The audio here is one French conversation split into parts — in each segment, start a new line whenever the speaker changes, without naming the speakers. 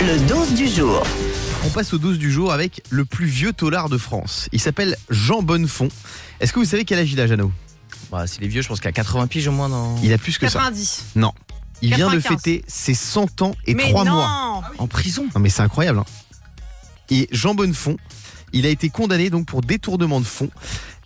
Le 12 du jour.
On passe au 12 du jour avec le plus vieux taulard de France. Il s'appelle Jean Bonnefond. Est-ce que vous savez quel âge il a, Jeannot
Bah, s'il est vieux, je pense qu'il a 80 piges au moins dans.
Il a plus que ça.
90.
Non. Il vient de
95.
fêter ses 100 ans et
Mais
3
non Ah
mois.
En prison
Non mais c'est incroyable. hein. Et Jean Bonnefond, il a été condamné donc pour détournement de fonds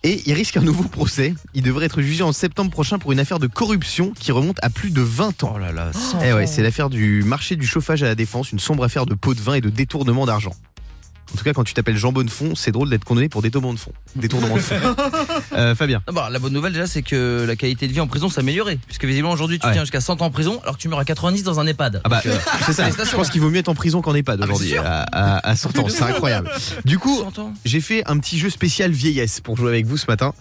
et il risque un nouveau procès. Il devrait être jugé en septembre prochain pour une affaire de corruption qui remonte à plus de 20 ans.
Oh là là,
Oh.
Eh ouais, c'est l'affaire du marché du chauffage à la Défense, une sombre affaire de pot de vin et de détournement d'argent. En tout cas, quand tu t'appelles Jean Bonnefond, c'est drôle d'être condamné pour détournement de fonds. Détournement de fonds. Euh, Fabien.
Ah bah, la bonne nouvelle déjà, c'est que la qualité de vie en prison s'est améliorée. Puisque visiblement aujourd'hui, tu
Ouais.
tiens jusqu'à 100 ans en prison, alors que tu meurs à 90 dans un EHPAD.
Ah bah, c'est ça. Je pense qu'il vaut mieux être en prison qu'en EHPAD
Ah, mais c'est
aujourd'hui
sûr.
à, à, à 100 ans. C'est incroyable. Du coup,
100 ans
j'ai fait un petit jeu spécial vieillesse pour jouer avec vous ce matin.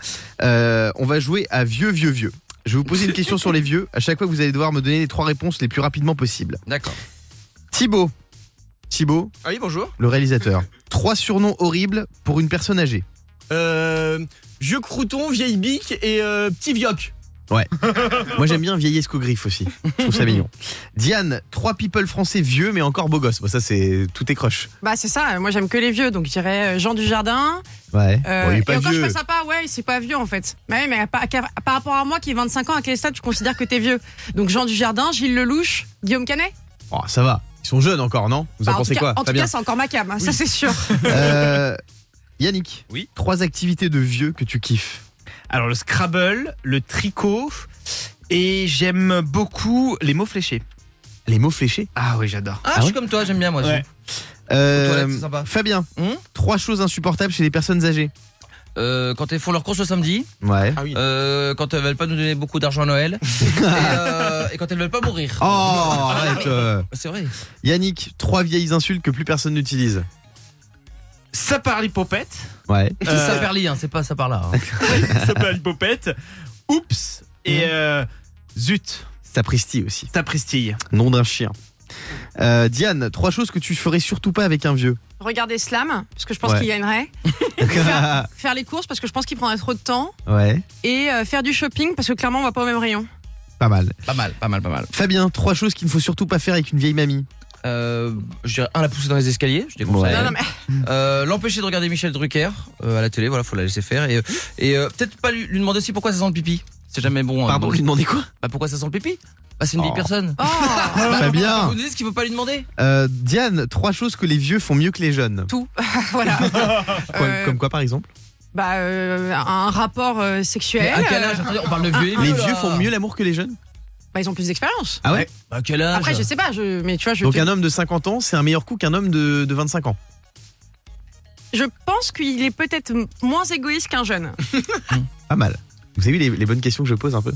Euh, on va jouer à vieux, vieux, vieux. Je vais vous poser une question sur les vieux. À chaque fois, vous allez devoir me donner les trois réponses les plus rapidement possibles.
D'accord.
Thibaut. Thibaut,
Ah oui, bonjour.
le réalisateur. Trois surnoms horribles pour une personne âgée.
Euh, vieux crouton, vieille bique et euh, petit vioc.
Moi, j'aime bien vieillesse qu'aux griffes aussi. Je trouve ça mignon. Diane, trois people français vieux mais encore beaux gosses. Bon, ça, c'est tout est croche.
Bah c'est ça, euh, moi j'aime que les vieux, donc je dirais euh, Jean Dujardin.
Ouais.
euh,
Bon, Oh, il est
et
pas
encore je
vieux.
passe à pas, ouais, c'est pas vieux en fait. Mais, oui, mais par, qu'à- par rapport à moi qui ai 25 ans, à quel stade tu considères que t'es vieux Donc Jean Dujardin, Gilles Lelouch, Guillaume Canet
Oh, ça va. Ils sont jeunes encore, non Vous
Bah,
en
En tout
pensez
cas,
quoi
en tout
Fabien
cas, c'est encore ma cam, hein, ça
Oui.
c'est sûr.
Euh, Yannick.
Oui.
Trois activités de vieux que tu kiffes.
Alors le Scrabble, le tricot et j'aime beaucoup les mots fléchés.
Les mots fléchés.
Ah oui, j'adore.
Ah,
Ah
je
ouais
suis comme toi, j'aime bien moi.
Ouais.
je-
Euh,
toilettes, c'est sympa.
Fabien,
Hmm
trois choses insupportables chez les personnes âgées.
Euh, quand ils font leurs courses le samedi,
Ouais.
Ah oui.
euh, quand elles veulent pas nous donner beaucoup d'argent à Noël, et, euh, et quand elles veulent pas mourir.
Oh, arrête. euh.
C'est vrai.
Yannick, trois vieilles insultes que plus personne n'utilise.
Ça part l'hypopète.
Ouais.
C'est
Euh.
ça Perli, hein, c'est pas ça par là. hein.
ça part l'hypopète. Oups et
Mm.
euh, zut.
Sapristi aussi.
Ça prestille.
Nom d'un chien. Euh, Diane, trois choses que tu ferais surtout pas avec un vieux.
Regardez Slam, parce que je pense
Ouais.
qu'il gagnerait. Faire les courses, parce que je pense qu'il prendrait trop de temps.
ouais.
Et euh, faire du shopping, parce que clairement on va pas au même rayon.
Pas mal.
Pas mal, pas mal, pas mal.
Fabien, trois choses qu'il ne faut surtout pas faire avec une vieille mamie.
Euh, je dirais un la pousser dans les escaliers, je déconseille.
Ouais.
Non, non, mais
Euh, L'empêcher de regarder Michel Drucker euh, à la télé, voilà, faut la laisser faire. Et, euh, et euh, peut-être pas lui, lui demander aussi pourquoi ça sent le pipi. C'est jamais bon. hein,
Pardon,
donc-
lui demander quoi
Bah pourquoi ça sent le pipi Bah c'est une vieille
Oh.
personne.
Oh
Ah,
Fabien
Vous nous dites ce qu'il faut pas lui demander
Euh, Diane, trois choses que les vieux font mieux que les jeunes.
tout. voilà.
Quoi-
Euh,
Comme quoi, par exemple
bah, euh, un rapport euh, sexuel.
Mais À quel âge
euh,
Attendez, on parle de vieux et
Les
oh là.
vieux font mieux l'amour que les jeunes
bah, ils ont plus d'expérience.
Ah ouais,
À quel âge
Après, je sais pas, je, mais tu vois, je,
Donc un homme de 50 ans, c'est un meilleur coup qu'un homme de, de 25 ans.
je pense qu'il est peut-être m- moins égoïste qu'un jeune.
Pas mal. Vous avez vu les, les bonnes questions que je pose un peu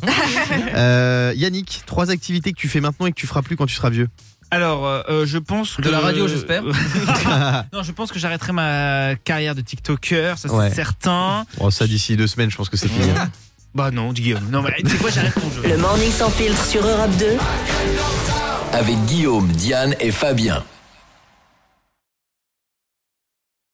Euh, Yannick, trois activités que tu fais maintenant et que tu feras plus quand tu seras vieux.
Alors euh, je pense que
De la radio, j'espère.
non, je pense que j'arrêterai ma carrière de TikToker, ça c'est
Ouais.
certain.
Oh, ça d'ici deux semaines, je pense que c'est fini.
Bah non, Guillaume. Non, mais c'est quoi j'arrête ton jeu.
Le morning sans filtre sur Europe 2.
avec Guillaume, Diane et Fabien.